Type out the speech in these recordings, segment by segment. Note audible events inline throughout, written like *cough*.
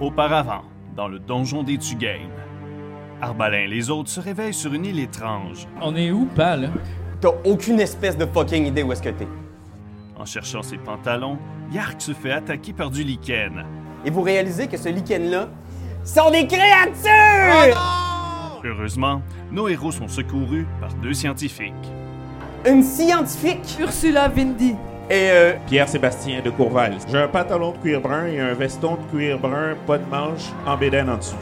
Auparavant, dans le donjon des Tugaines, Arbalin et les autres se réveillent sur une île étrange. On est où, pas là? T'as aucune espèce de fucking idée où est-ce que t'es. En cherchant ses pantalons, Yark se fait attaquer par du lichen. Et vous réalisez que ce lichen-là sont des créatures! Heureusement, nos héros sont secourus par deux scientifiques. Une scientifique Ursula Vindy. et euh, Pierre-Sébastien de Courval. J'ai un pantalon de cuir brun et un veston de cuir brun, pas de manche, en bédaine en *laughs* dessous.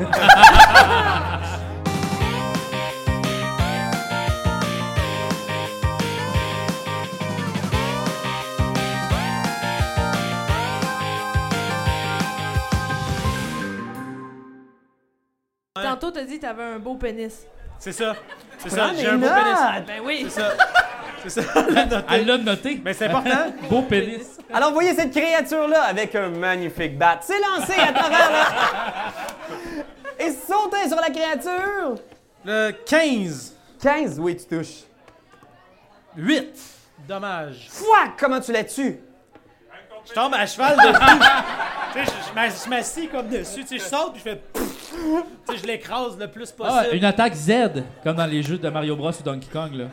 Tantôt, t'as dit que t'avais un beau pénis. C'est ça. C'est ça. des J'ai un beau notes. pénis. Ben oui. C'est ça. C'est ça. Elle l'a noté. Elle l'a noté. Mais c'est important. Beau pénis. Alors voyez cette créature-là avec un magnifique bat. C'est lancé à travers la... *laughs* Et sauter sur la créature! *laughs* Le 15. 15, oui, tu touches. 8. Dommage. Pouah! Comment tu la tues? Je tombe à cheval dessus. *laughs* tu sais, je- je m'ass- je m'assis comme dessus. Tu sais, je saute puis je fais. pfff. Tu sais, je l'écrase le plus Ah, possible. une attaque Z, comme dans les jeux de Mario Bros ou Donkey Kong, là.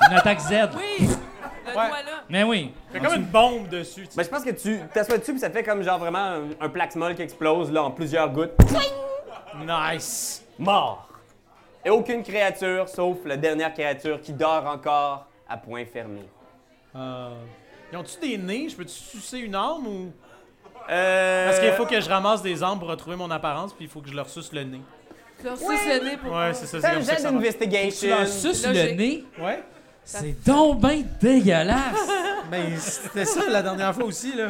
C'est une attaque Z. Oui. Le doigt là. Mais oui. Fait comme une bombe dessus. tu sais. Ben, je pense que tu t'assois dessus, puis ça fait comme genre vraiment un, un plaxmol qui explose là, en plusieurs gouttes. Nice. Mort! Et aucune créature, sauf la dernière créature qui dort encore à point fermé. Euh, Ils ont-tu des nez? Je peux-tu sucer une arme ou. Euh... Parce qu'il faut que je ramasse des armes pour retrouver mon apparence, puis il faut que je leur suce le nez. Tu leur suces le nez pour. Ouais, c'est ça, c'est C'est un comme ça que jet ça marche. Tu d'investigation. leur suces le Logique. nez. Ouais. C'est donc ben dégueulasse. Mais Ben, c'était ça la dernière fois aussi, là.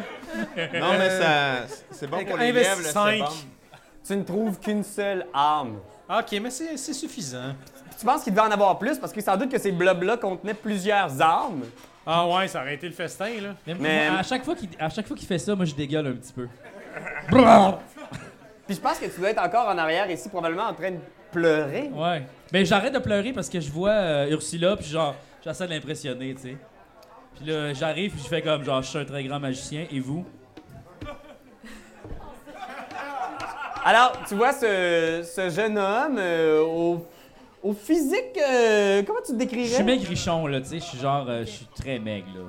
Non, mais ça. C'est bon pour les Investi- lèvres, là, c'est cinq. bon. Tu ne trouves qu'une seule arme. Ok, mais c'est c'est suffisant. Tu penses qu'il devait en avoir plus parce que sans doute que ces blobs-là contenaient plusieurs armes. Ah ouais, ça aurait été le festin, là. Mais, Mais- moi, à chaque fois qu'il à chaque fois qu'il fait ça, moi je dégueule un petit peu. Puis je pense que tu dois être encore en arrière ici, probablement en train de pleurer. Ouais. Mais j'arrête de pleurer parce que je vois euh, Ursula puis genre j'essaie de l'impressionner, tu sais. Puis là j'arrive puis je fais comme genre je suis un très grand magicien et vous Alors, tu vois ce, ce jeune homme euh, au, au physique. euh, comment tu te décrirais? Je suis maigrichon là, tu sais, je suis genre euh, je suis très maigre là.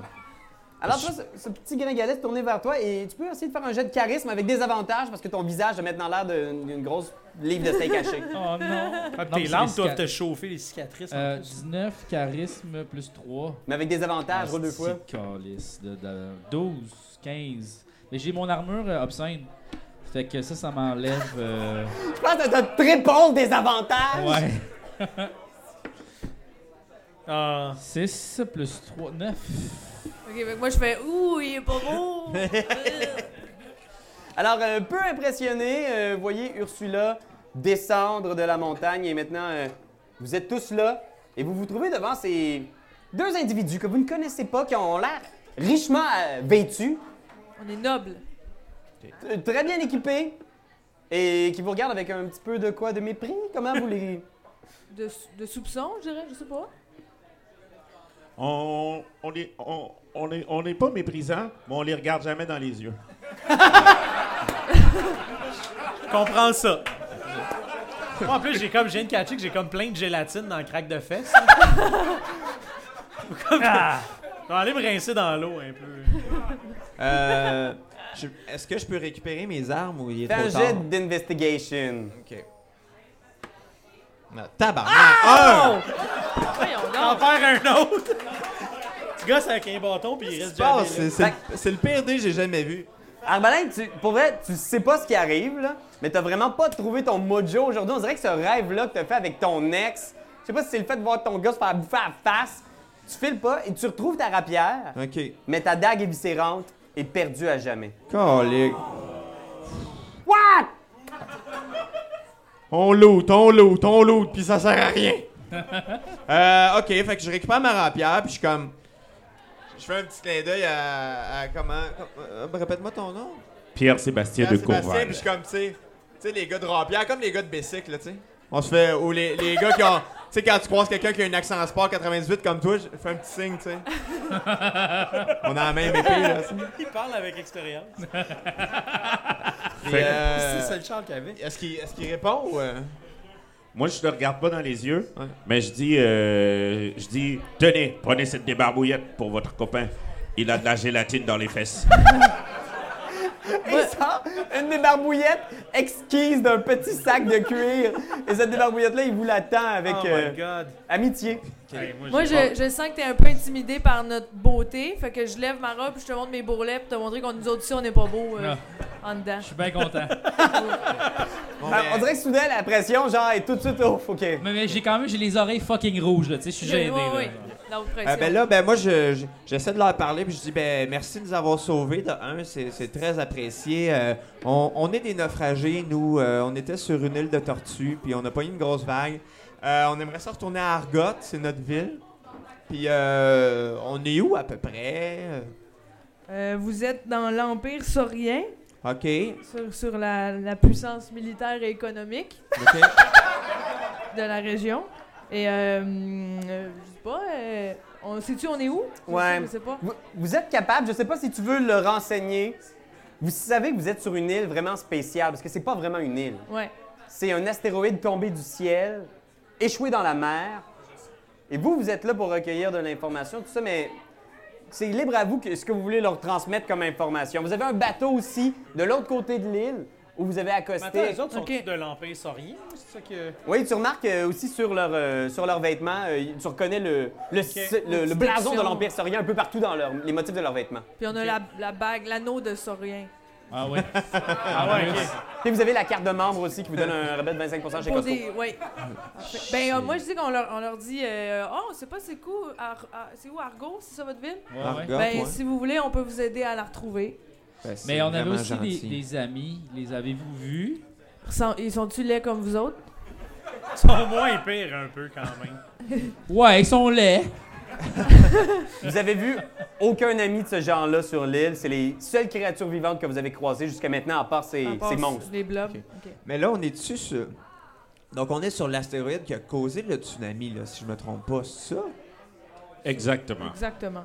Alors, toi, ce, ce petit gringalet est tourné vers toi et tu peux essayer de faire un jet de charisme avec des avantages parce que ton visage a maintenant l'air d'une d'une grosse livre de steak haché. *laughs* Oh non. Non, Ah, puis mais tes c'est larmes les doivent cica- te chauffer les cicatrices. en Euh, plus. 19 charisme plus 3. Mais avec des Ah, avantages, roule deux fois. Calice de, de- 12, 15. Mais j'ai mon armure euh, obscène. Fait que ça ça m'enlève euh, Je pense que t'as triple des avantages. ouais. Ah. 6 plus 3 9. Ok, fait que moi je fais ouh, il est pas *laughs* beau. Euh, Alors, un peu impressionné, euh, voyez Ursula descendre de la montagne et maintenant, euh, vous êtes tous là et vous vous trouvez devant ces deux individus que vous ne connaissez pas, qui ont l'air richement euh, vêtus, On est noble. t- très bien équipés et qui vous regardent avec un petit peu de quoi de mépris. Comment vous les... De, sou- de soupçon, je dirais, je sais pas. On, on, est, on, on est, on est pas méprisant, mais on les regarde jamais dans les yeux. Je comprends ça. Moi, en plus, j'ai comme, j'ai une catchée que j'ai comme plein de gélatine dans le crack de fesses. *laughs* comme, Je vais aller me rincer dans l'eau un peu. Euh, je- Est-ce que je peux récupérer mes armes ou il est Fais un trop jet tard? d'investigation. Ok. Non, Ah, tabarnak! Ah! Un! Voyons En donc. faire un autre. Tu gosses avec un bâton puis il reste Bon, jamais là. c'est- C'est c'est le pire dé que j'ai jamais vu. Arbalin, tu, pour vrai, tu sais pas ce qui arrive, là, mais t'as vraiment pas trouvé ton mojo aujourd'hui. On dirait que ce rêve-là que t'as fait avec ton ex, je sais pas si c'est le fait de voir ton gars se faire bouffer à la face, tu files pas et tu retrouves ta rapière, Ok. mais ta dague éviscérante est perdue à jamais. Calique. What? On loot, on loot, on loot, puis ça sert à rien. euh, ok, fait que je récupère ma rapière, puis je suis comme. Je fais un petit clin d'œil à, à comment. com- euh, Répète-moi ton nom. Pierre-Sébastien de Sébastien, Courval. puis je suis comme, tu sais, tu sais, les gars de rapière, comme les gars de Bessic, là, tu sais. On se fait. Ou les, les gars qui ont. Tu sais, quand tu croises quelqu'un qui a un accent en sport 98 comme toi, je fais un petit signe, *laughs* tu sais. On a la même épée, là, tu sais. Il parle avec expérience. Puis, Fait que- euh, C'est le char qu'il y avait. Est-ce qu'il est-ce qu'il répond ou. euh? Moi, je te regarde pas dans les yeux, Ouais. mais je dis, euh, je dis, tenez, prenez cette débarbouillette pour votre copain. Il a de la gélatine dans les fesses. Et ça, une débarbouillette exquise d'un petit sac de cuir. Et cette débarbouillette-là, il vous l'attend avec Oh euh, my god. amitié. Hey, moi, Moi, j'ai je, je sens que t'es un peu intimidé par notre beauté. Fait que je lève ma robe, je te montre mes bourrelets pour te montrer qu'on nous autres ici, on n'est pas beaux euh, en dedans. Je suis bien content. *laughs* Bon, Alors, ben, Ah, on dirait que soudain, la pression, genre, est tout de suite oh, off. OK. mais mais j'ai quand même j'ai les oreilles fucking rouges, là, tu sais, je suis gêné. Ouais, là. ouais. Dans vos euh, pressions. ben là, ben moi, je- je- j'essaie de leur parler, puis je dis, ben merci de nous avoir sauvés, de un, c'est c'est très apprécié. Euh, on, on est des naufragés, nous, Euh, on était sur une île de tortues, puis on a pas eu une grosse vague. Euh, on aimerait ça retourner à Argote, c'est notre ville. Puis euh, on est où à peu près? Euh, Euh, vous êtes dans l'Empire saurien, OK. sur, sur la, la puissance militaire et économique OK. *laughs* de la région. Et, euh, hum, euh, je sais pas, euh, on sait-tu on est où? Je Ouais. sais- Je sais pas. Vous, vous êtes capable, je sais pas si tu veux le renseigner. Vous savez que vous êtes sur une île vraiment spéciale, parce que c'est pas vraiment une île. Ouais. C'est un astéroïde tombé du ciel, échoué dans la mer. Et vous, vous êtes là pour recueillir de l'information, tout ça, mais c'est libre à vous que, ce que vous voulez leur transmettre comme information. Vous avez un bateau aussi de l'autre côté de l'île où vous avez Mais accosté. attends, les autres sont Ok. de l'Empire saurien? C'est ça que. Oui, tu remarques euh, aussi sur, leur, euh, sur leurs vêtements, euh, tu reconnais le, le, le- le blason de l'Empire saurien un peu partout dans leur- les motifs de leurs vêtements. Puis on a la, la bague, l'anneau de saurien. Ah ouais. Ah ouais, ok. Et vous avez la carte de membre aussi qui vous donne un rabais de 25 chez Pour Costco. des, *laughs* ouais. Parfait. Ben euh, moi je dis qu'on leur, on leur dit euh, oh on sait pas c'est cool, Ar- Ar- c'est où Argo, c'est ça votre ville? Ouais, ouais. Argote, ben ouais. si vous voulez on peut vous aider à la retrouver. Ben, c'est Mais on avait vraiment aussi des, gentil. des amis, les avez-vous vus? Ressemb- Ils sont-tu laids comme vous autres? Ils sont moins Ah, pires un peu quand même. Ouais, ils sont laids. Vous avez vu aucun ami de ce genre-là sur l'île. C'est les seules créatures vivantes que vous avez croisées jusqu'à maintenant, à part ces, À part ces monstres. Les blobs. Ok. Ok. Mais là, on est dessus sur... Donc, on est sur l'astéroïde qui a causé le tsunami, là, si je me trompe pas. C'est ça? *laughs* Exactement. Exactement.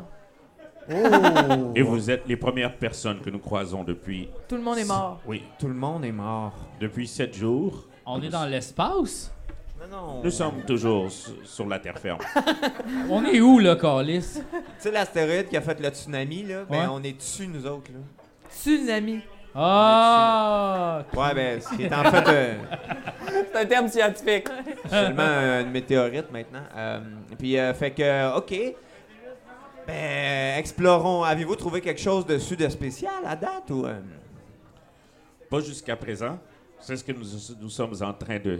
Et vous êtes les premières personnes que nous croisons depuis, Tout le monde est mort. oui, Tout le monde est mort. depuis sept jours. On est dans l'espace? Non, non. Nous sommes toujours s- sur la terre ferme. On est où là, Carlis? Tu sais, l'astéroïde qui a fait le tsunami, là, ben, Ouais. on est dessus, nous autres, là. Tsunami. Ah! Ouais, ben, c'est en fait euh, C'est un terme scientifique. seulement euh, une météorite, maintenant. Euh, puis, euh, fait que, euh, OK. Ben, explorons. Avez-vous trouvé quelque chose dessus de spécial à date, ou... euh, Pas jusqu'à présent. C'est ce que nous, nous sommes en train de,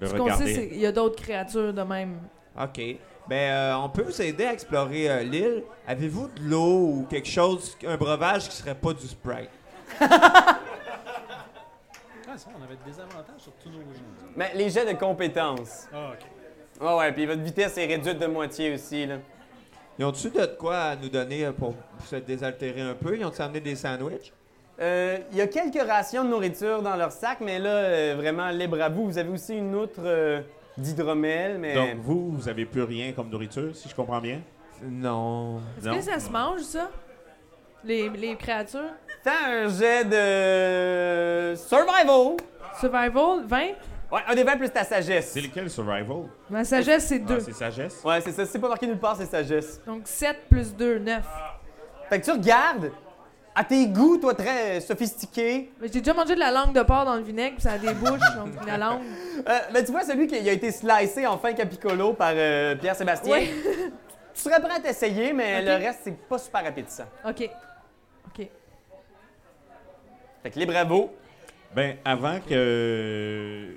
de Ce qu'on sait, c'est regarder. qu'il y a d'autres créatures de même. OK. Ben, euh, on peut vous aider à explorer euh, l'île. Avez-vous de l'eau ou quelque chose, un breuvage qui serait pas du Sprite? Ah, ça, on avait des avantages sur tous nos gens. Mais les jets de compétences. Ah, ok. Ouais, ouais, puis votre vitesse est réduite de moitié aussi, là. Ils ont-tu de quoi à nous donner euh, pour se désaltérer un peu? Ils ont-tu amené des sandwichs? Euh, Il y a quelques rations de nourriture dans leur sac, mais là, euh, vraiment, libre à vous. Vous avez aussi une autre euh, d'hydromel, mais... Donc, vous, vous avez plus rien comme nourriture, si je comprends bien? Non. Est-ce Non. que ça se mange, ça? Les, les créatures? Fais un jet de... Survival! Survival, 20? Ouais, un des 20 plus ta sagesse. C'est lequel, Survival? Ma sagesse, c'est 2. Ah, c'est Sagesse? Ouais, c'est ça. C'est pas marqué nulle part, c'est sagesse. Donc 7 plus 2, 9. Fait que tu regardes à tes goûts, toi, très euh, sophistiqué. Mais j'ai déjà mangé de la langue de porc dans le vinaigre, puis ça débouche, donc la *laughs* langue. Euh, ben, tu vois, celui qui a été slicé en fin capicolo par euh, Pierre-Sébastien. Ouais. Tu serais prêt à t'essayer, mais Ok. le reste, c'est pas super appétissant. OK. OK. Fait que les bravos. Ben, avant que.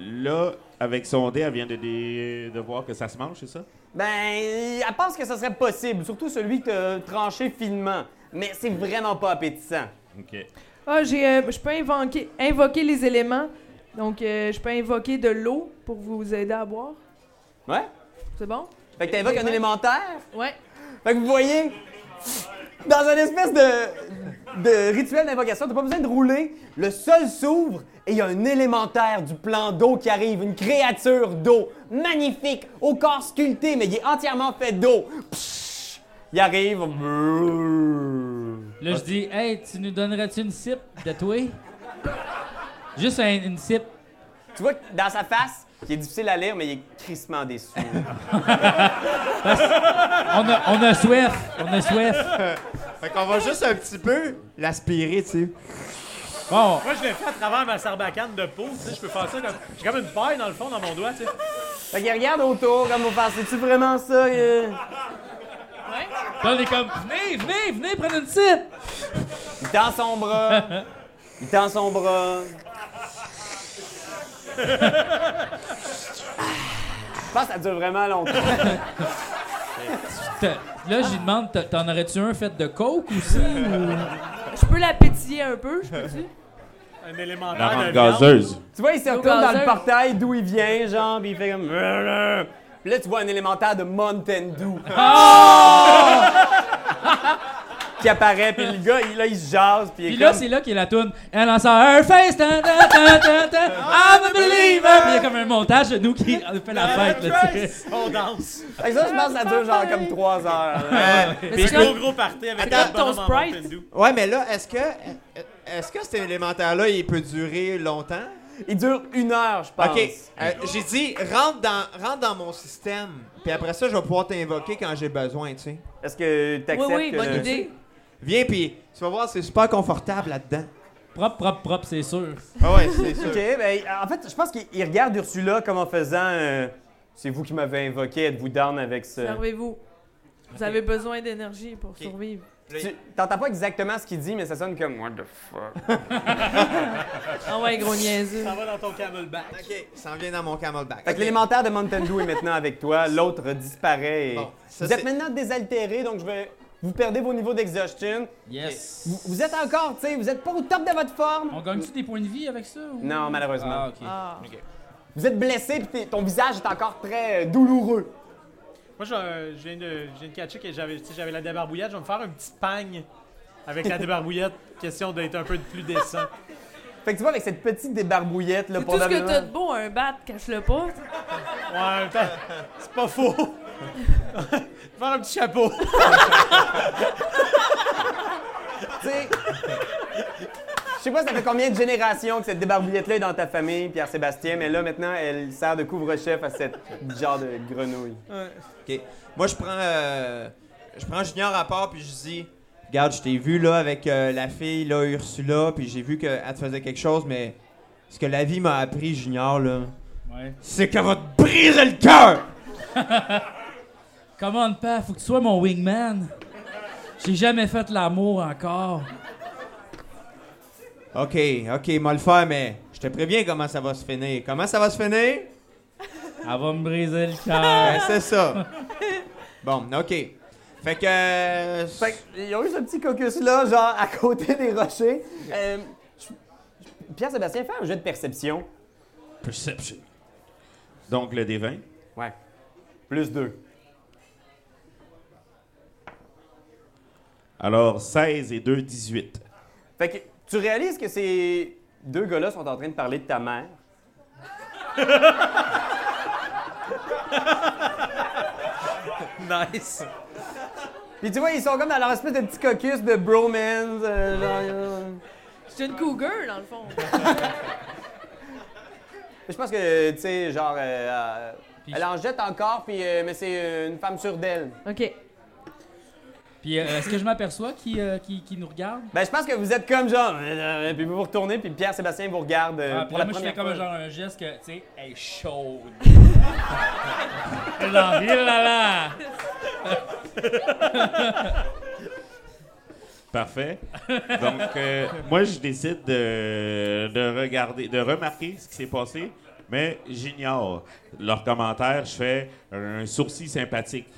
Là, avec son dé, elle vient de, dé- de voir que ça se mange, c'est ça? Ben, à pense que ça serait possible, surtout celui que t'as tranché finement. Mais c'est vraiment pas appétissant. OK. Ah, j'ai, euh, je peux invoquer, invoquer les éléments. Donc, euh, je peux invoquer de l'eau pour vous aider à boire. Ouais? C'est bon? Fait que t'invoques un Ouais. élémentaire. Ouais. Fait que vous voyez, dans un espèce de, de rituel d'invocation, t'as pas besoin de rouler. Le sol s'ouvre et il y a un élémentaire du plan d'eau qui arrive, une créature d'eau, magnifique, au corps sculpté, mais il est entièrement fait d'eau. Psh! Il arrive. brrr. Là, je dis, hey, tu nous donnerais-tu une cipe de toi? Juste un- une cipe. Tu vois, que dans sa face, qui est difficile à lire, mais il est crissement déçu. On a, on a soif. On a soif. Fait qu'on va juste un petit peu l'aspirer, tu sais. Bon, Moi, je le fais à travers ma sarbacane de peau, tu sais, je peux faire ça comme... J'ai comme une paille dans le fond, dans mon doigt, tu sais. fait qu'il regarde autour, comme vous pensez-tu vraiment ça? euh? là, on est comme, venez, venez, venez, prendre une cipe. Il tend son bras. Il tend son bras. Je pense que ça dure vraiment longtemps. T'as- Là, je lui demande, t'as- t'en aurais-tu un fait de coke *laughs* aussi? ou- Je peux la pétiller un peu, je *laughs* peux-tu? Un élémentaire La Ah, de rente viande. gazeuse. Tu vois, il se retourne dans gazeuse. le portail d'où il vient, genre, puis il fait comme. Puis là, tu vois un élémentaire de Mountain Dew. Ah! *laughs* qui apparaît, puis le gars, il, là, il se jase, puis il est Puis là, comme- c'est là qu'il y a la toune. Elle en sort un face, tan, tan, tan, tan, tan, I'm a believer. Puis il y a comme un montage de nous qui fait la fête. là, tu sais. On danse. Ah, Fait que ça, je pense que ça dure genre comme trois heures. là. Mais c'est Gros comme- gros party avec Attends, un bonhomme ton en Sprite. Mountain Dew. Ouais, mais là, est-ce que, est-ce que cet élémentaire-là, il peut durer longtemps? Il dure une heure, je pense. Ok, euh, j'ai dit, rentre dans, rentre dans mon système, puis après ça, je vais pouvoir t'invoquer quand j'ai besoin, tu sais. Est-ce que tu Oui, acceptes oui, que bonne le- idée. Viens, puis tu vas voir, c'est super confortable là-dedans. Propre, propre, propre, c'est sûr. Ah ouais, c'est sûr. Ok, ben, en fait, je pense qu'il il regarde Ursula comme en faisant. euh, c'est vous qui m'avez invoqué, êtes-vous down avec ce. Servez-vous. Vous avez besoin d'énergie pour survivre. Tu t'entends pas exactement ce qu'il dit, mais ça sonne comme. What the fuck? *laughs* Ah ouais, gros niaiseux. Ça va dans ton camelback. Ok, ça en vient dans mon camelback. Fait que Ok. l'élémentaire de Mountain Dew est maintenant avec toi, l'autre disparaît. et- Bon, ça, vous êtes c'est- maintenant désaltéré, donc je vais. Vous perdez vos niveaux d'exhaustion. Yes. Vous, vous êtes encore, tu sais, vous êtes pas au top de votre forme. On gagne-tu des points de vie avec ça? ou- Non, malheureusement. Ah, ok. Ah. Vous êtes blessé, puis t'es- ton visage est encore très euh, douloureux. Moi, j'ai un- je viens de, je viens de catcher que j'avais tu sais, j'avais la débarbouillette. Je vais me faire un petit pagne avec la débarbouillette. Question d'être un peu plus décent. Fait que tu vois, avec cette petite débarbouillette, là, C'est tout ce que probablement- t'as de beau, un bat, cache-le pas. Ouais, en même temps, c'est pas faux. *laughs* faire un petit chapeau. Tu sais, Je sais pas, ça fait combien de générations que cette débarbouillette-là est dans ta famille, Pierre-Sébastien, mais là, maintenant, elle sert de couvre-chef à cette genre de grenouille. Ok. Moi, je prends, euh, je prends Junior à part, puis je dis, regarde, je t'ai vu là avec euh, la fille là, Ursula, puis j'ai vu qu'elle te faisait quelque chose, mais ce que la vie m'a appris, Junior là, Ouais. c'est qu'elle va te briser le cœur. Comment pas, faut que tu sois mon wingman. J'ai jamais fait l'amour encore. Ok, ok, moi le faire, mais je te préviens comment ça va se finir. Comment ça va se finir? Elle va me briser le cœur. Ah. Ben, *laughs* c'est ça. Bon, ok. Fait que. euh, Fait qu'ils ont eu ce petit caucus-là, genre, à côté des rochers. Euh, je- je- Pierre-Sébastien, fais un jeu de perception. Perception. Donc, le D20. Ouais. Plus deux. Alors, 16 et 2, 18. Fait que tu réalises que ces deux gars-là sont en train de parler de *laughs* ta mère. Nice. Puis tu vois, ils sont comme dans leur espèce de petit caucus de bromance. euh, genre, euh, J'étais une cougar, dans le fond. Je pense que, tu sais, genre, euh, euh, elle en jette encore, puis, euh, mais c'est euh, une femme sûre d'elle. OK. *laughs* Puis euh, est-ce que je m'aperçois qui, euh, qui, qui nous regarde? Ben, je pense que vous êtes comme genre, euh, euh, puis vous vous retournez, puis Pierre-Sébastien vous regarde euh, Ah, puis pour là, la moi, je fais première comme fois. genre un geste que, tu sais, elle est chaude. Elle en vient là là. Parfait. Donc, euh, moi, je décide de, de regarder, de remarquer ce qui s'est passé, mais j'ignore leurs commentaires. Je fais un sourcil sympathique.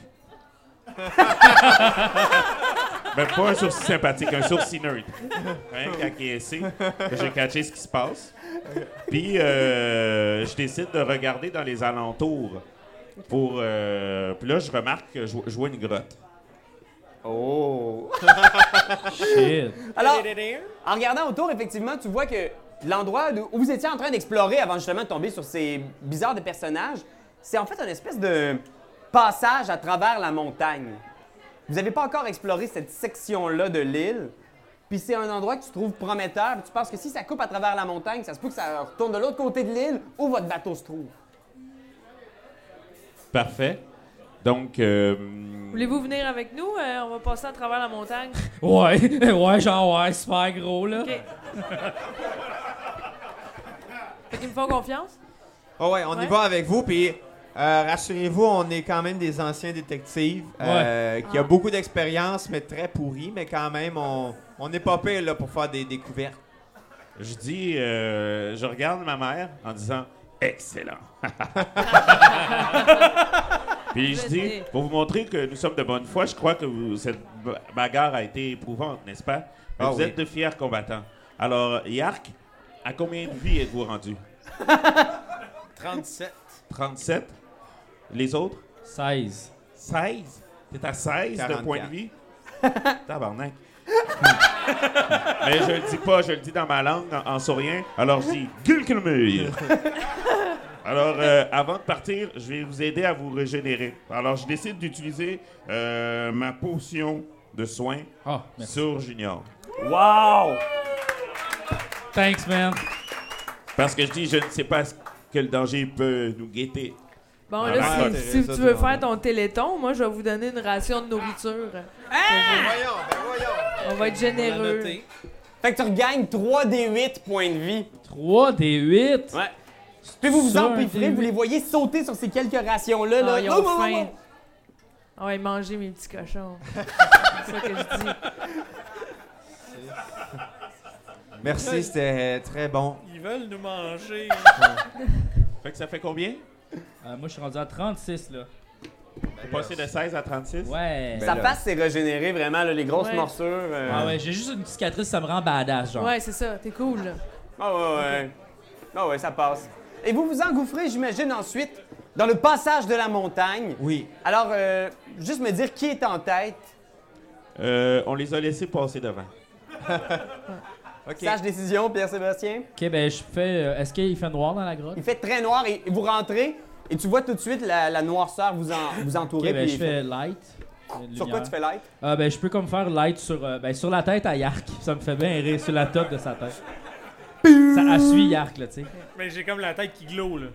ben, pas un sourcil sympathique, un sourcil neutre. Hein, quand il essaie, j'ai catché ce qui se passe. Puis, euh, je décide de regarder dans les alentours. Pour, euh, puis là, je remarque que je, vois- je vois une grotte. Oh! Shit. Alors, en regardant autour, effectivement, tu vois que l'endroit d'où- où vous étiez en train d'explorer avant justement de tomber sur ces bizarres de personnages, c'est en fait une espèce de passage à travers la montagne. Vous n'avez pas encore exploré cette section-là de l'île, puis c'est un endroit que tu trouves prometteur, puis tu penses que si ça coupe à travers la montagne, ça se peut que ça retourne de l'autre côté de l'île où votre bateau se trouve. Parfait. Donc, euh, Voulez-vous venir avec nous? Euh, on va passer à travers la montagne. Ouais, *laughs* ouais, genre, ouais, super gros, *laughs* là. OK. fait qu'ils me font confiance? Ah ouais, on y Ouais. va avec vous, puis euh, rassurez-vous, on est quand même des anciens détectives euh, qui Ah. ont beaucoup d'expérience, mais très pourris, mais quand même, on on n'est pas pire là, pour faire des découvertes. je dis, euh, je regarde ma mère en disant excellent. Puis je dis, pour vous montrer que nous sommes de bonne foi, je crois que vous- cette ba- bagarre a été éprouvante, n'est-ce pas Mais Ah Vous oui. êtes de fiers combattants. Alors, Yark, à combien de vies êtes-vous rendu 37. 37 Les autres 16. 16? T'es à 16 de 44. points de vie? *laughs* Tabarnak. *laughs* Mais je le dis pas, je le dis dans ma langue en, en souriant. Alors je dis *laughs* Gulkelmur. Alors, euh, avant de partir, je vais vous aider à vous régénérer. Alors, je décide d'utiliser euh, ma potion de soin Ah, merci. sur Junior. Wow! Thanks, man. Parce que je dis, je ne sais pas ce que le danger peut nous guetter. Bon, Ah, là, ouais. si, si tu veux faire ton téléthon, moi, je vais vous donner une ration de nourriture. Voyons, ben voyons. On va être généreux. Fait que tu regagnes 3 des 8 points de vie. 3 des 8. Ouais. Puis vous vous Ça, empiffrez, des- vous les voyez sauter sur ces quelques rations-là. là. Ah, ils Oh, ont oh, oh, faim. oh. On va manger mes *laughs* petits cochons. C'est ça que je dis. Merci, c'était euh, très bon. Ils veulent nous manger. Fait que ça fait combien? Euh, moi, je suis rendu à 36, là. T'es passé de 16 à 36? Ouais. Ben Sa là. face s'est régénérée vraiment, là, les grosses Ouais. morsures. euh. Ah ouais, j'ai juste une cicatrice, ça me rend badass, genre. Ouais, c'est ça. T'es cool. là. Ah ouais, ouais. Ah ouais, ça passe. Et vous vous engouffrez, j'imagine, ensuite dans le passage de la montagne. Oui. Alors, euh, juste me dire qui est en tête. Euh, on les a laissés passer devant. OK. Sage décision, Pierre-Sébastien. Ok, ben, je fais. euh, Est-ce qu'il fait noir dans la grotte? Il fait très noir et et vous rentrez et tu vois tout de suite la, la noirceur vous, en- vous Ok, entourer. ben, puis je il fait- fais light. Une Sur quoi lumière. tu fais light? Ah, ben, je peux comme faire light sur, euh, ben, sur la tête à Yark. Ça me fait bien rire sur la top de sa tête. Ça a suit Yark, là, tu sais. Ouais, Mais j'ai comme la tête qui glow, là.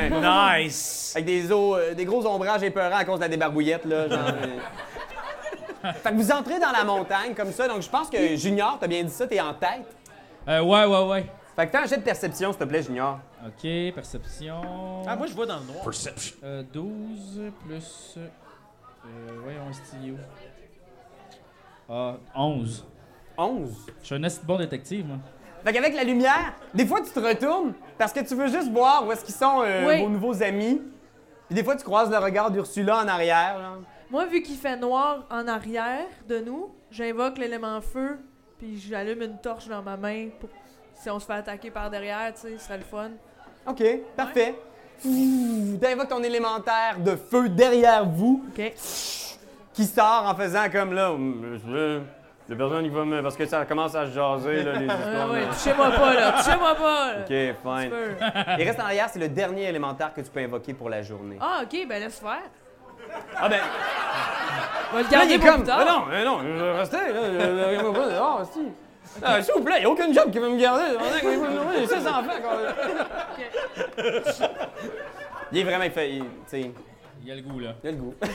ouais. ouais. Nice! Avec des, os, euh, des gros ombrages épeurants à cause de la débarbouillette, *laughs* là. Genre, euh. fait que vous entrez dans la montagne comme ça, donc je pense que Junior, t'as bien dit ça, t'es en tête. Euh, ouais, ouais, ouais. Fait que t'as un jet de perception, s'il te plaît, Junior. Ok, perception. Ah, moi, je vois dans le noir. Perception. Euh, 12 plus. Euh, voyons, c'est où? Ah, 11. 11. Je suis un assez bon détective, moi. Fait qu'avec la lumière, des fois tu te retournes parce que tu veux juste voir où est-ce qu'ils sont euh, Oui. vos nouveaux amis. Puis des fois tu croises le regard d'Ursula en arrière. là. Moi, vu qu'il fait noir en arrière de nous, j'invoque l'élément feu, puis j'allume une torche dans ma main pour si on se fait attaquer par derrière, tu sais, ce serait le fun. OK, parfait. Ouh, T'invoques ton élémentaire de feu derrière vous OK. qui sort en faisant comme là. Hum, je- Le personne qui va me. Parce que ça commence à jaser, là, les histoires. Ah *laughs* ouais, là. touchez-moi pas, là. Touchez-moi pas, là. OK, Tu fine. peux. Il reste en arrière, c'est le dernier élémentaire que tu peux invoquer pour la journée. Ah, OK, ben laisse faire. Ah ben, On va Là, le il garder est pour comme. plus tard. Ah non, ah non, je vais *laughs* rester. Là, je- je- je- je- je- dehors, euh, oh, si. Ah, S'il vous plaît, il n'y a aucun job qui veut me garder. Je demandais qu'il veut me nourrir, J'ai 16 enfants. Quand... il est vraiment. il fait- il- Tu sais, il Il y a le goût, là. a le goût. *laughs* fait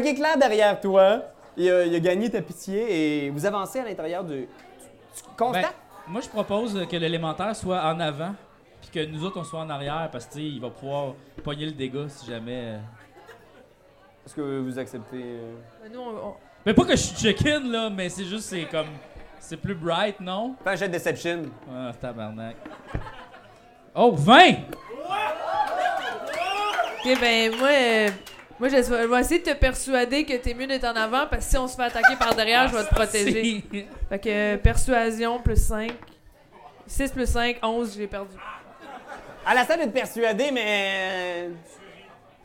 qu'il est clair derrière toi. Il a, il a gagné ta pitié et vous avancez à l'intérieur du. Tu, tu constates? Ben, moi, je propose que l'élémentaire soit en avant, puis que nous autres, on soit en arrière, parce que, tu sais, il va pouvoir pogner le dégât si jamais. euh. Est-ce que vous acceptez. euh, Ben, nous, on- on- Mais pas que je suis chicken, là, mais c'est juste, c'est comme. C'est plus bright, non? Fais un jet de deception. Ah, tabarnak. Oh, 20! OK, ben moi, euh, moi je, je vais essayer de te persuader que t'es mieux d'être en avant, parce que si on se fait attaquer par derrière, je vais *laughs* te protéger. Si. Fait que euh, persuasion plus 5. 6 plus 5, 11, j'ai perdu. À la salle de te persuader, mais.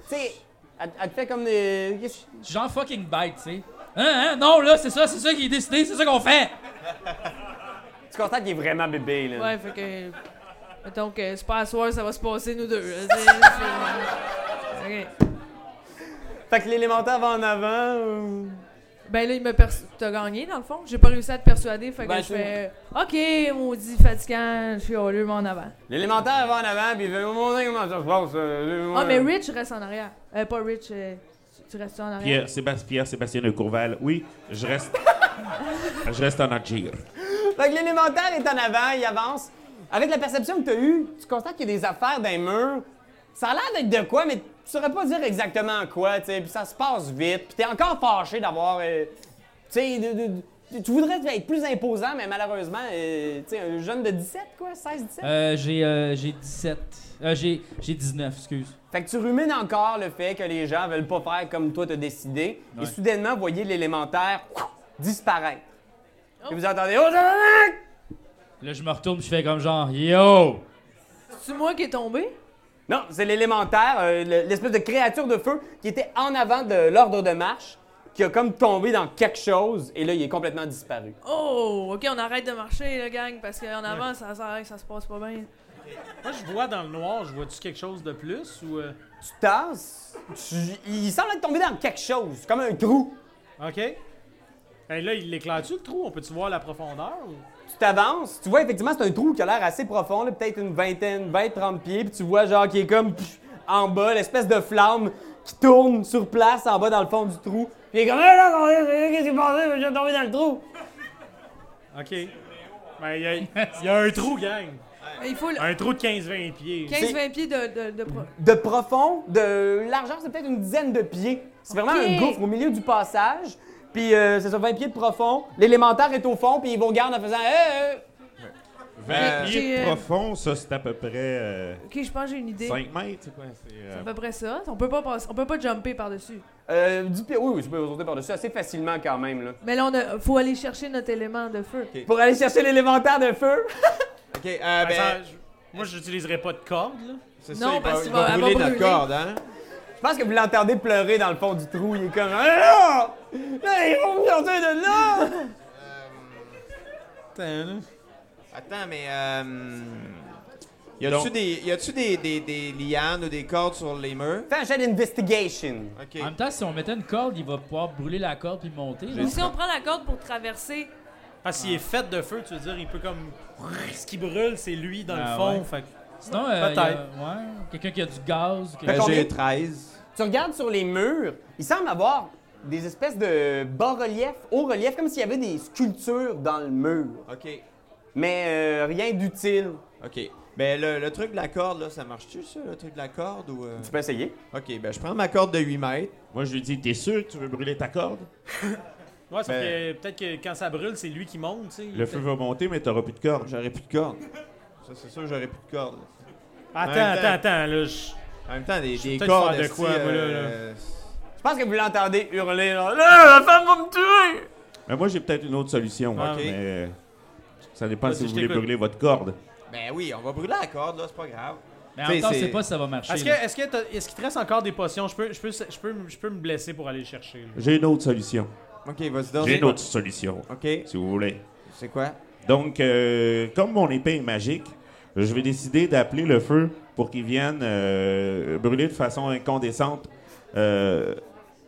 Tu sais, elle, elle te fait comme des. qu'est-ce- *laughs* Genre fucking bite, tu sais. Hein, hein? Non, là, c'est ça, c'est ça qui est décidé, c'est ça qu'on fait! Tu constates qu'il est vraiment bébé, là. Ouais, fait que. Mettons que c'est pas à soir, ça va se passer nous deux. là. C'est- c'est- Ok. Fait que l'élémentaire va en avant. euh, Ben là, il me persu- T'as gagné, dans le fond. J'ai pas réussi à te persuader, fait que Ben, je c'est- fais... OK, maudit fatigant, je suis au lieu, mais en avant. L'élémentaire va en avant, puis il fait montrer comment ça se passe. euh, Ah, mais Rich reste en arrière. Euh, pas Rich, euh, tu- tu restes en arrière. Pierre, Sébastien, Pierre Sébastien de Courval, oui, je reste. je reste en Algérie. Fait que l'élémentaire est en avant, il avance. Avec la perception que tu as eue, tu constates qu'il y a des affaires d'un mur. Ça a l'air d'être de quoi, mais tu saurais pas dire exactement quoi, tu sais. Puis ça se passe vite, puis t'es encore fâché d'avoir. euh, tu sais, de- de- de- tu voudrais être plus imposant, mais malheureusement, euh, tu sais, un jeune de 17, quoi, 16, 17. Euh, j'ai euh, j'ai 17. Euh, j'ai j'ai 19, excuse. Fait que tu rumines encore le fait que les gens veulent pas faire comme toi t'as décidé. Et soudainement, vous voyez l'élémentaire *laughs* ouf, disparaître. Et vous entendez Oh, tabarnak! Là, je me retourne, puis je fais comme genre Yo! C'est moi qui est tombé? Non, c'est l'élémentaire, euh, le- l'espèce de créature de feu qui était en avant de l'ordre de marche, qui a comme tombé dans quelque chose, et là, il est complètement disparu. Oh, OK, on arrête de marcher, là, gang, parce qu'en avant, ça sert à rien que ça se passe pas bien. Moi, je vois dans le noir, je vois-tu quelque chose de plus ou. euh, Tu tasses, tu- il semble être tombé dans quelque chose, comme un trou. OK. Ben là, il l'éclaire-tu le trou? On peut-tu voir la profondeur? ou- Tu t'avances, tu vois effectivement, c'est un trou qui a l'air assez profond, là, peut-être une vingtaine, 20, 30 pieds, puis tu vois genre qui est comme pff, en bas, l'espèce de flamme qui tourne sur place en bas dans le fond du trou. Puis il est comme, Ah, là, qu'est-ce qui s'est passé? Je suis tombé dans le trou. OK. Ben, il y, a- il y a un trou, gang. Mais Il faut le- Un trou de 15-20 pieds. 15-20 pieds de... de, de pro- de profond, de largeur, c'est peut-être une dizaine de pieds. C'est vraiment Ok. un gouffre au milieu du passage. Puis euh, c'est sur 20 pieds de profond. L'élémentaire est au fond, puis ils vous regardent en faisant euh, euh. 20 Euh, pieds j'ai, euh, de profond, ça, c'est à peu près euh, OK, je pense que j'ai une idée. 5 mètres. c'est Quoi, c'est, euh, C'est à peu près ça. On peut pas, passer- on peut pas jumper par-dessus. Euh, du pied. Oui, oui, je peux sauter par-dessus assez facilement quand même. Là. Mais là, on a- faut aller chercher notre élément de feu. Pour aller chercher l'élémentaire de feu. Ok, euh, Ben, ça, ben, je- moi, j'utiliserais pas de corde, là. c'est Non, ça, il parce va, qu'il il va- va elle brûler va notre brûler. corde, hein? Je pense que vous l'entendez pleurer dans le fond du trou. Il est comme Ah, non! Là, ils vont me sortir de là! Attends, mais euh, y a-tu des, y a-tu des, des, des lianes ou des cordes sur les murs? Fais un jet d'investigation. Ok. En même temps, si on mettait une corde, il va pouvoir brûler la corde puis monter. là. Ou si on prend la corde pour traverser, Ah, s'il est fait de feu, tu veux dire, il peut comme. Ce qui brûle, c'est lui dans Ah, le fond. ouais. Fait que- Sinon, euh, il y a- Peut-être. ouais, quelqu'un qui a du gaz. Ben, Quelqu'un... combien? j'ai 13. Tu regardes sur les murs, il semble avoir des espèces de bas-reliefs, hauts-reliefs, comme s'il y avait des sculptures dans le mur. Ok. Mais euh, rien d'utile. Ok. Ben, le, le truc de la corde, là, ça marche-tu, ça, le truc de la corde? Ou, euh? Tu peux essayer. Ok, ben, je prends ma corde de 8 mètres. Moi, je lui dis, t'es sûr que tu veux brûler ta corde? Ouais, sauf Ben- que peut-être que quand ça brûle, c'est lui qui monte, tu sais. Le feu va monter, mais t'auras plus de corde. J'aurais plus de corde. Ça, c'est sûr, j'aurais plus de corde. Attends, En même attends, temps- attends, là. je- En même temps, des, des peut-être cordes. faire de esti, quoi, moi, là, euh, Je pense que vous l'entendez hurler là, Là, la femme va me tuer! Mais moi, j'ai peut-être une autre solution. Ah, Ok. ok. Mais, euh, ça dépend Vas-y, si je vous voulez t'écoute. brûler votre corde. Ben oui, on va brûler la corde, là, c'est pas grave. Mais en même T'sais, temps, on c'est- sait pas si ça va marcher. Est-ce que, là. est-ce que t'as- est-ce qu'il te reste encore des potions? Je peux, je peux, je peux, me- je peux me blesser pour aller le chercher. là. J'ai une autre solution. Ok, vas-y, donc. J'ai une autre solution, Ok, *laughs* si vous voulez. c'est quoi? Donc, euh, comme mon épée est magique, je vais décider d'appeler le feu pour qu'il vienne euh, brûler de façon incandescente, euh,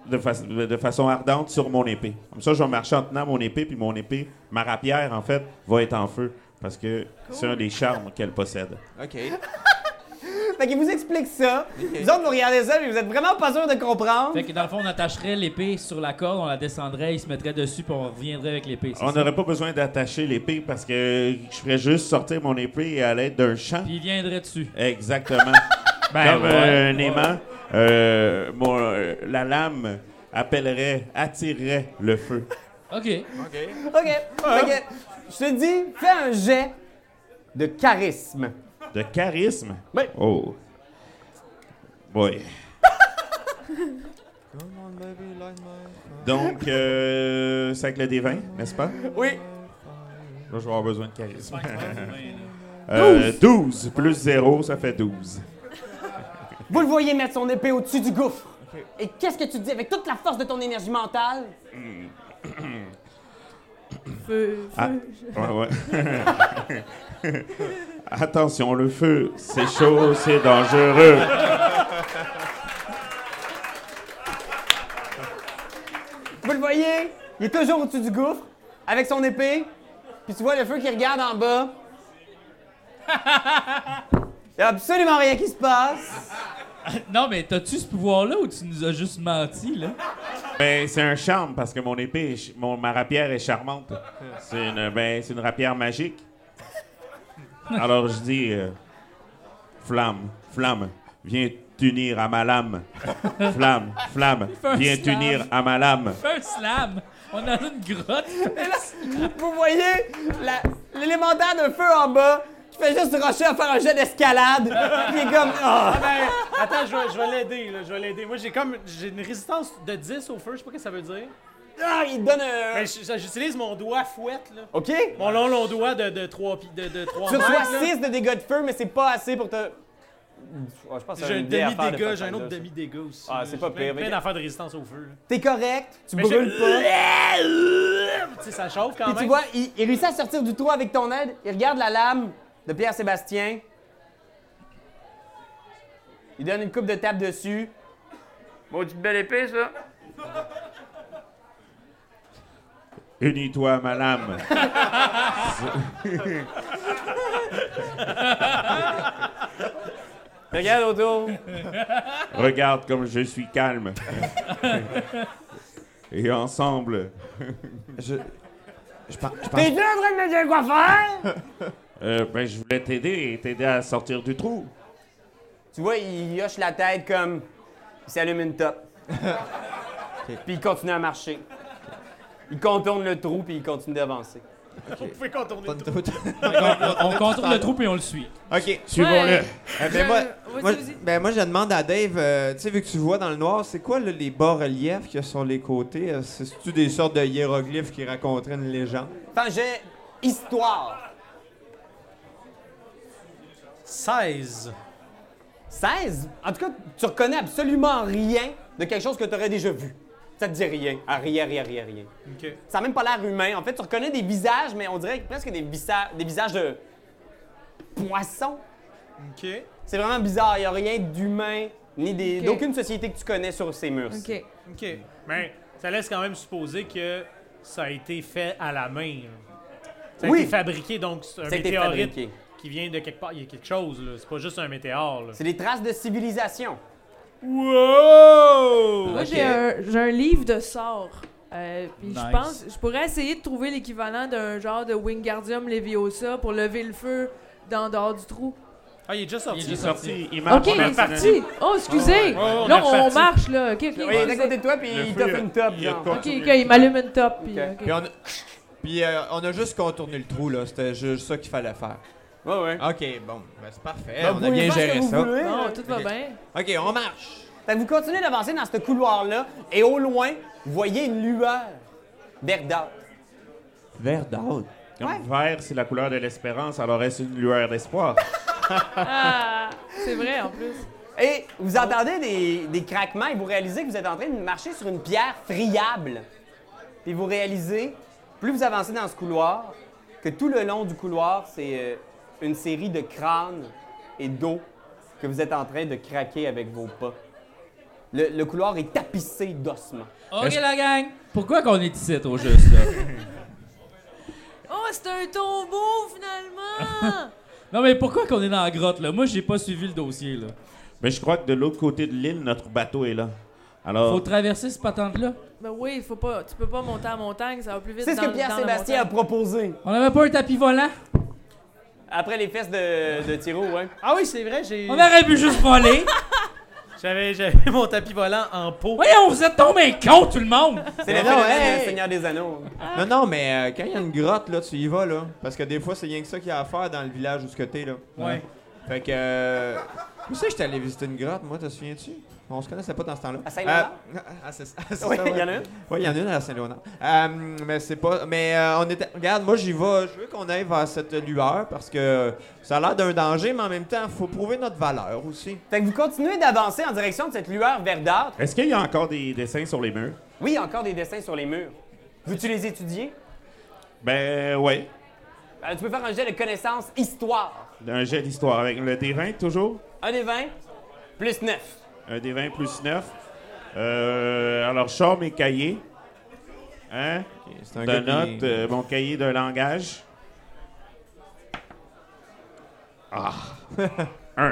de, fa- de façon ardente sur mon épée. Comme ça, je vais marcher en tenant mon épée, puis mon épée, ma rapière, en fait, va être en feu. Parce que c'est un des charmes qu'elle possède. Ok. Fait qu'il vous explique ça. Vous autres, vous regardez ça, mais vous êtes vraiment pas sûr de comprendre. Fait que dans le fond, on attacherait l'épée sur la corde, on la descendrait, il se mettrait dessus, puis on reviendrait avec l'épée. c'est On ça? n'aurait pas besoin d'attacher l'épée parce que je ferais juste sortir mon épée à l'aide d'un champ. Puis il viendrait dessus. Exactement. *laughs* Ben Comme ouais, euh, un ouais. aimant, euh, mon- euh, la lame appellerait, attirerait le feu. OK. Ok. OK. Fait que, je te dis, fais un jet de charisme. De charisme. Ouais. Oh. Boy. Come on, baby, light my Donc, euh, c'est avec le D20, n'est-ce pas? Oui. Là, je vais avoir besoin de charisme. *laughs* Euh, 12. plus 0, ça fait 12. Vous le voyez mettre son épée au-dessus du gouffre. Et qu'est-ce que tu dis avec toute la force de ton énergie mentale? feu, feu. Ah. Ouais, ouais. *laughs* Attention, le feu, c'est chaud, c'est dangereux. Vous le voyez? Il est toujours au-dessus du gouffre, avec son épée. Puis tu vois le feu qui regarde en bas. *laughs* Il n'y a absolument rien qui se passe. Non, mais t'as-tu ce pouvoir-là ou tu nous as juste menti, là? Ben, c'est un charme parce que mon épée, est ch- mon, ma rapière est charmante. C'est une, ben, c'est une rapière magique. Alors je dis, euh, flamme, flamme, viens t'unir à ma lame. Flamme, flamme, un viens slam. t'unir à ma lame. Fais un slam! On a une grotte! Et là, vous voyez la- l'élémentaire de feu en bas qui fait juste rocher à faire un jet d'escalade. Il est comme. Ah! Ben, attends, je vais, je vais l'aider, là, je vais l'aider. Moi, j'ai comme, j'ai une résistance de 10 au feu, je sais pas ce que ça veut dire. Ah, il donne un. Ben, je- j'utilise mon doigt fouette, là. OK? Mon long, long doigt de, de 3 pi, de, de trois Tu reçois mètres, là. 6 de dégâts de feu, mais c'est pas assez pour te. Oh, je pense que c'est J'ai un un dé à faire de demi-dégât, j'ai un façon autre de- demi-dégât aussi. Ah, là. c'est pas J'ai plein- pire, mais- Plein d'affaires de résistance au feu, là. T'es correct, tu Mais je- brûles pas. Tu sais, ça chauffe quand Puis même. tu vois, il, il réussit à sortir du trou avec ton aide. Il regarde la lame de Pierre-Sébastien. Il donne une coupe de tape dessus. Maudite belle épée, ça. Unis-toi à ma lame. Regarde autour. Regarde comme je suis calme. Et ensemble, Je, je, par- T'es je pense, déjà en train de me dire quoi faire? euh, ben, je voulais t'aider et t'aider à sortir du trou. tu vois, il hoche la tête comme. Il s'allume une top. Puis il continue à marcher. Il contourne le trou, puis il continue d'avancer. Vous pouvez contourner le trou. On, on contourne le trou et on le suit. OK. Suivons-le. Euh, ben, Je- moi, vas-y, moi, vas-y. ben, moi, je demande à Dave, euh, tu sais, vu que tu vois dans le noir, c'est quoi là, les bas-reliefs qu'il y a sur les côtés? Euh, C'est-tu des sortes de hiéroglyphes qui raconteraient une légende? Enfin, j'ai. Histoire. 16. 16? En tout cas, tu reconnais absolument rien de quelque chose que tu aurais déjà vu. Ça te dit rien. À rien, rien, rien, rien. OK. Ça n'a même pas l'air humain. En fait, tu reconnais des visages, mais on dirait presque des, visa- des visages de poissons. OK. C'est vraiment bizarre. Il n'y a rien d'humain, ni des- Ok. d'aucune société que tu connais sur ces murs. OK. OK. Mais ça laisse quand même supposer que ça a été fait à la main. là. Ça a Oui. été fabriqué, donc c'est un Ça a été météorite fabriqué. qui vient de quelque part. Il y a quelque chose, là. C'est pas juste un météore, là. C'est des traces de civilisation. Wow! Moi, j'ai un, j'ai un livre de sorts. Euh, puis Nice. je pense, je pourrais essayer de trouver l'équivalent d'un genre de Wingardium Leviosa pour lever le feu d'en dehors du trou. Ah, il est déjà sorti. Il est déjà sorti. Sorti, il marche Ok, en il est marchant. parti. Oh, excusez. Ouais, ouais, on là, est on, reparti. marche, là. Ok, ok. Oui, il est à côté de toi, puis Le il feu, t'offre une top. il a genre. con- Ok, ok, il m'allume une top. Puis, Ok. ok. Puis on, puis, euh, on a juste contourné le trou, là. C'était juste ça qu'il fallait faire. Ouais, ouais. OK, bon, ben, c'est parfait. Ben, vous on a pouvez bien faire ce géré que vous ça. voulez, là. Non, tout va Ok. bien. OK, on marche. Fait que vous continuez d'avancer dans ce couloir-là, et au loin, vous voyez une lueur verdâtre. Vert d'eau. Comme vert, c'est la couleur de l'espérance, alors est-ce une lueur d'espoir? Ah, c'est vrai, en plus. Et vous entendez des, des craquements et vous réalisez que vous êtes en train de marcher sur une pierre friable. Puis vous réalisez, plus vous avancez dans ce couloir, que tout le long du couloir, c'est euh, une série de crânes et d'eau que vous êtes en train de craquer avec vos pas. Le, le couloir est tapissé d'ossements. Ok, la gang! Pourquoi qu'on est ici, au juste, là? Oh, c'est un tombeau, finalement! Non, mais pourquoi qu'on est dans la grotte, là? Moi, j'ai pas suivi le dossier, là. Mais je crois que de l'autre côté de l'île, notre bateau est là. Alors, Faut traverser cette patente-là. Ben oui, faut pas, tu peux pas monter en montagne, ça va plus vite. C'est ce dans- que dans la Pierre-Sébastien a montagne. proposé On avait pas un tapis volant? après les fesses de, hein. de Thiro, ouais. Ah oui, c'est vrai, j'ai. On aurait pu juste voler! J'avais j'avais *laughs* mon tapis volant en peau. Voyons, vous êtes tombés cons, tout le monde! C'est le Mais non, phénomène hey! du Seigneur des Anneaux. Non, non, mais euh, quand il y a une grotte, là, tu y vas, là. Parce que des fois, c'est rien que ça qu'il y a à faire dans le village où ce que t'es, là. Ouais. Fait que. euh, Où c'est que j'étais allé visiter une grotte, moi, te souviens-tu? On se connaissait pas dans ce temps-là. À Saint-Léonard? Euh, à- à- c'est- à- c'est Oui, ça, *laughs* il ouais. y en a une. Oui, il y en a une à Saint-Léonard. Euh, mais c'est pas. Mais euh, on était. Regarde, moi, j'y vais. Je veux qu'on aille vers cette lueur parce que ça a l'air d'un danger, mais en même temps, faut prouver notre valeur aussi. Fait que vous continuez d'avancer en direction de cette lueur verdâtre. est-ce qu'il y a encore des dessins sur les murs? Oui, il y a encore des dessins sur les murs. Veux-tu les étudier? Ben, ouais. Euh, tu peux faire un jet de connaissances histoire. Un jet d'histoire avec le D20 toujours. Un des 20 plus 9. Un D20 plus 9. Euh, alors, je sors mes cahiers. Hein? Ok, C'est un De gars qui- notes, euh, mon cahier de langage. Ah! Un.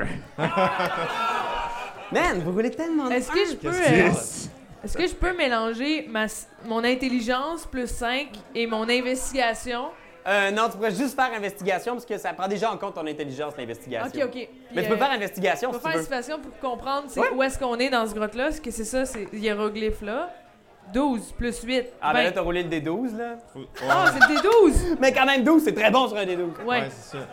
Man, vous roulez tellement de- Est-ce que je peux. euh, Dix. Est-ce que je peux mélanger ma, s- mon intelligence plus 5 et mon investigation? Euh, non, tu pourrais juste faire investigation parce que ça prend déjà en compte ton intelligence, l'investigation. Ok, ok. Mais Puis, tu peux euh, faire investigation je si tu vais faire une veux. situation pour comprendre c'est Ouais. où est-ce qu'on est dans ce grotte-là. Est-ce que c'est ça, ces hiéroglyphes-là? 12 plus 8. Ah, ben là, 20. t'as roulé le D12, là. Ah, c'était 12! Mais quand même, 12, c'est très bon sur un D12. Ouais. Ouais, c'est ça.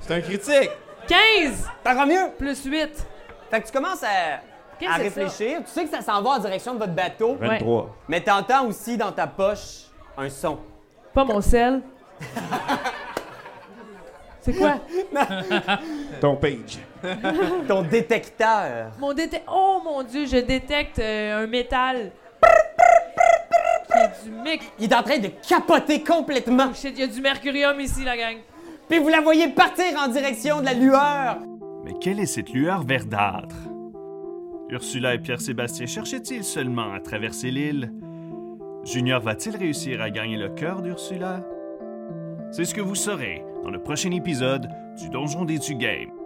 C'est un critique. 15 T'entends mieux? plus 8. Fait que tu commences à, Qu'est-ce à que c'est réfléchir. Tu sais que ça s'en va en direction de votre bateau, Ouais. 23. mais t'entends aussi dans ta poche un son. Pas *laughs* mon sel. c'est quoi? Ton page. Ton détecteur. Mon déte- Oh mon dieu, je détecte euh, un métal. Qui est du mec. Il est en train de capoter complètement. Shit, il y a du mercurium ici, la gang. Puis vous la voyez partir en direction de la lueur. Mais quelle est cette lueur verdâtre? Ursula et Pierre-Sébastien cherchaient-ils seulement à traverser l'île? Junior va-t-il réussir à gagner le cœur d'Ursula? C'est ce que vous saurez dans le prochain épisode du Donjon des Tu Game.